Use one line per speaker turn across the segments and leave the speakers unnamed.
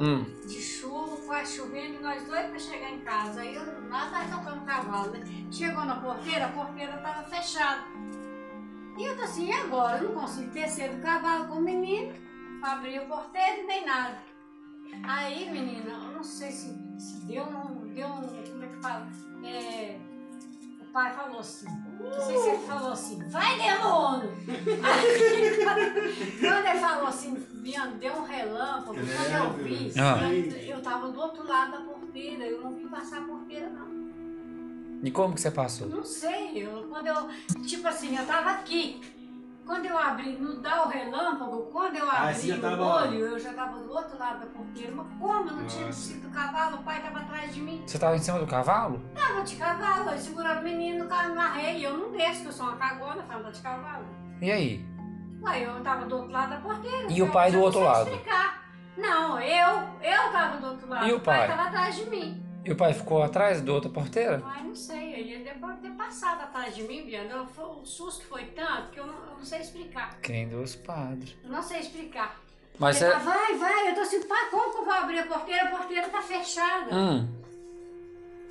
Hum.
de chuva, quase chovendo, e nós dois pra chegar em casa. Aí eu, nós arrancamos o cavalo. né? Chegou na porteira, a porteira estava fechada. E eu tô assim, e agora? Eu não consigo descer do cavalo com o menino, pra abrir a porteira e nem nada. Aí, menina, eu não sei se, se deu um, deu um, como é que fala? É, o pai falou assim, não sei se ele falou assim, vai demônio! Aí, quando- quando ele falou assim, Biano, deu um relâmpago, quando eu vi,
Ah.
eu, eu tava do outro lado da porteira, eu não vi passar a porteira não.
E como que você passou?
Não sei, eu, quando eu. Tipo assim, eu tava aqui. Quando eu abri, não dá o relâmpago, quando eu
Ah,
abri
você já
o
tava-
olho, eu já tava do outro lado da porteira. Mas como? Eu não tinha
Nossa.
descido do cavalo, o pai tava atrás de mim.
Você tava em cima do cavalo?
Tava de cavalo, eu segurava o menino no carro na rei. Eu não desço, que eu sou uma cagona, tava de cavalo.
E aí?
Ué, eu tava do outro lado da porteira.
E o
eu
pai
já
do
não
outro
sei
lado?
Explicar. Não, eu, eu tava do outro lado.
E o pai?
tava atrás de mim.
E o pai ficou atrás do outra porteira?
Ai, não sei, ele é deve ter passado atrás de mim, Bianca. Eu- foi- O susto foi tanto que eu não, eu não sei explicar.
Quem dos padres.
Eu não sei explicar.
Mas é-
Ele
você.
tá, vai, vai, eu tô assim, pá, como que eu vou abrir a porteira? A porteira tá fechada.
Hum.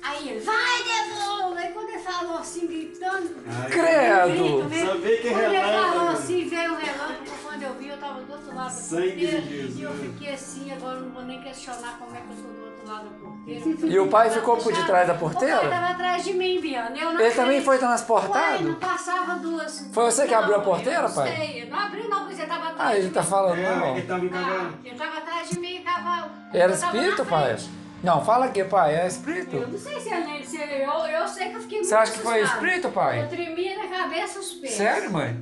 Aí ele, vai, demônio! Aí quando ele falou assim, gritando,
Credo!
né?
Só vê que é
quando ele falou
relâmpago.
assim, veio o relâmpago, quando eu vi, eu tava do outro lado da
Sangue de
porteira.
Jesus. né?
E eu fiquei assim, agora eu não vou nem questionar como é que eu tô do outro lado da porteira.
E o pai
Tava
ficou por
fechado.
detrás da
O pai
porteira?
tava atrás de mim, Biana. Eu não
Ele também
sei.
foi
Uai, não
transportado?
passava duas.
Foi você que abriu a
Não,
porteira,
eu não
pai?
Sei, eu não abri não, porque você tava atrás
Ah,
de
ele
mim.
tá falando,
É, ele
não.
tava em cavalo.
Ah, eu tava atrás de mim e tava.
Era
eu tava na
espírito, pai?
frente.
Não, fala que, pai, é
Eu
espírito.
não sei se ele. Se ele eu, eu sei que eu fiquei
Você
muito
acha que foi
assustada.
espírito, pai?
Eu tremia da cabeça os pés.
Sério, mãe?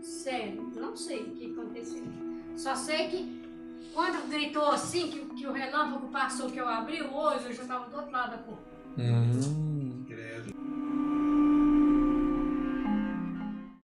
Sério, não sei o que aconteceu. Só sei que quando gritou assim, que, que o relâmpago passou, que eu abri o olho, eu já tava do outro lado da porta.
Hum.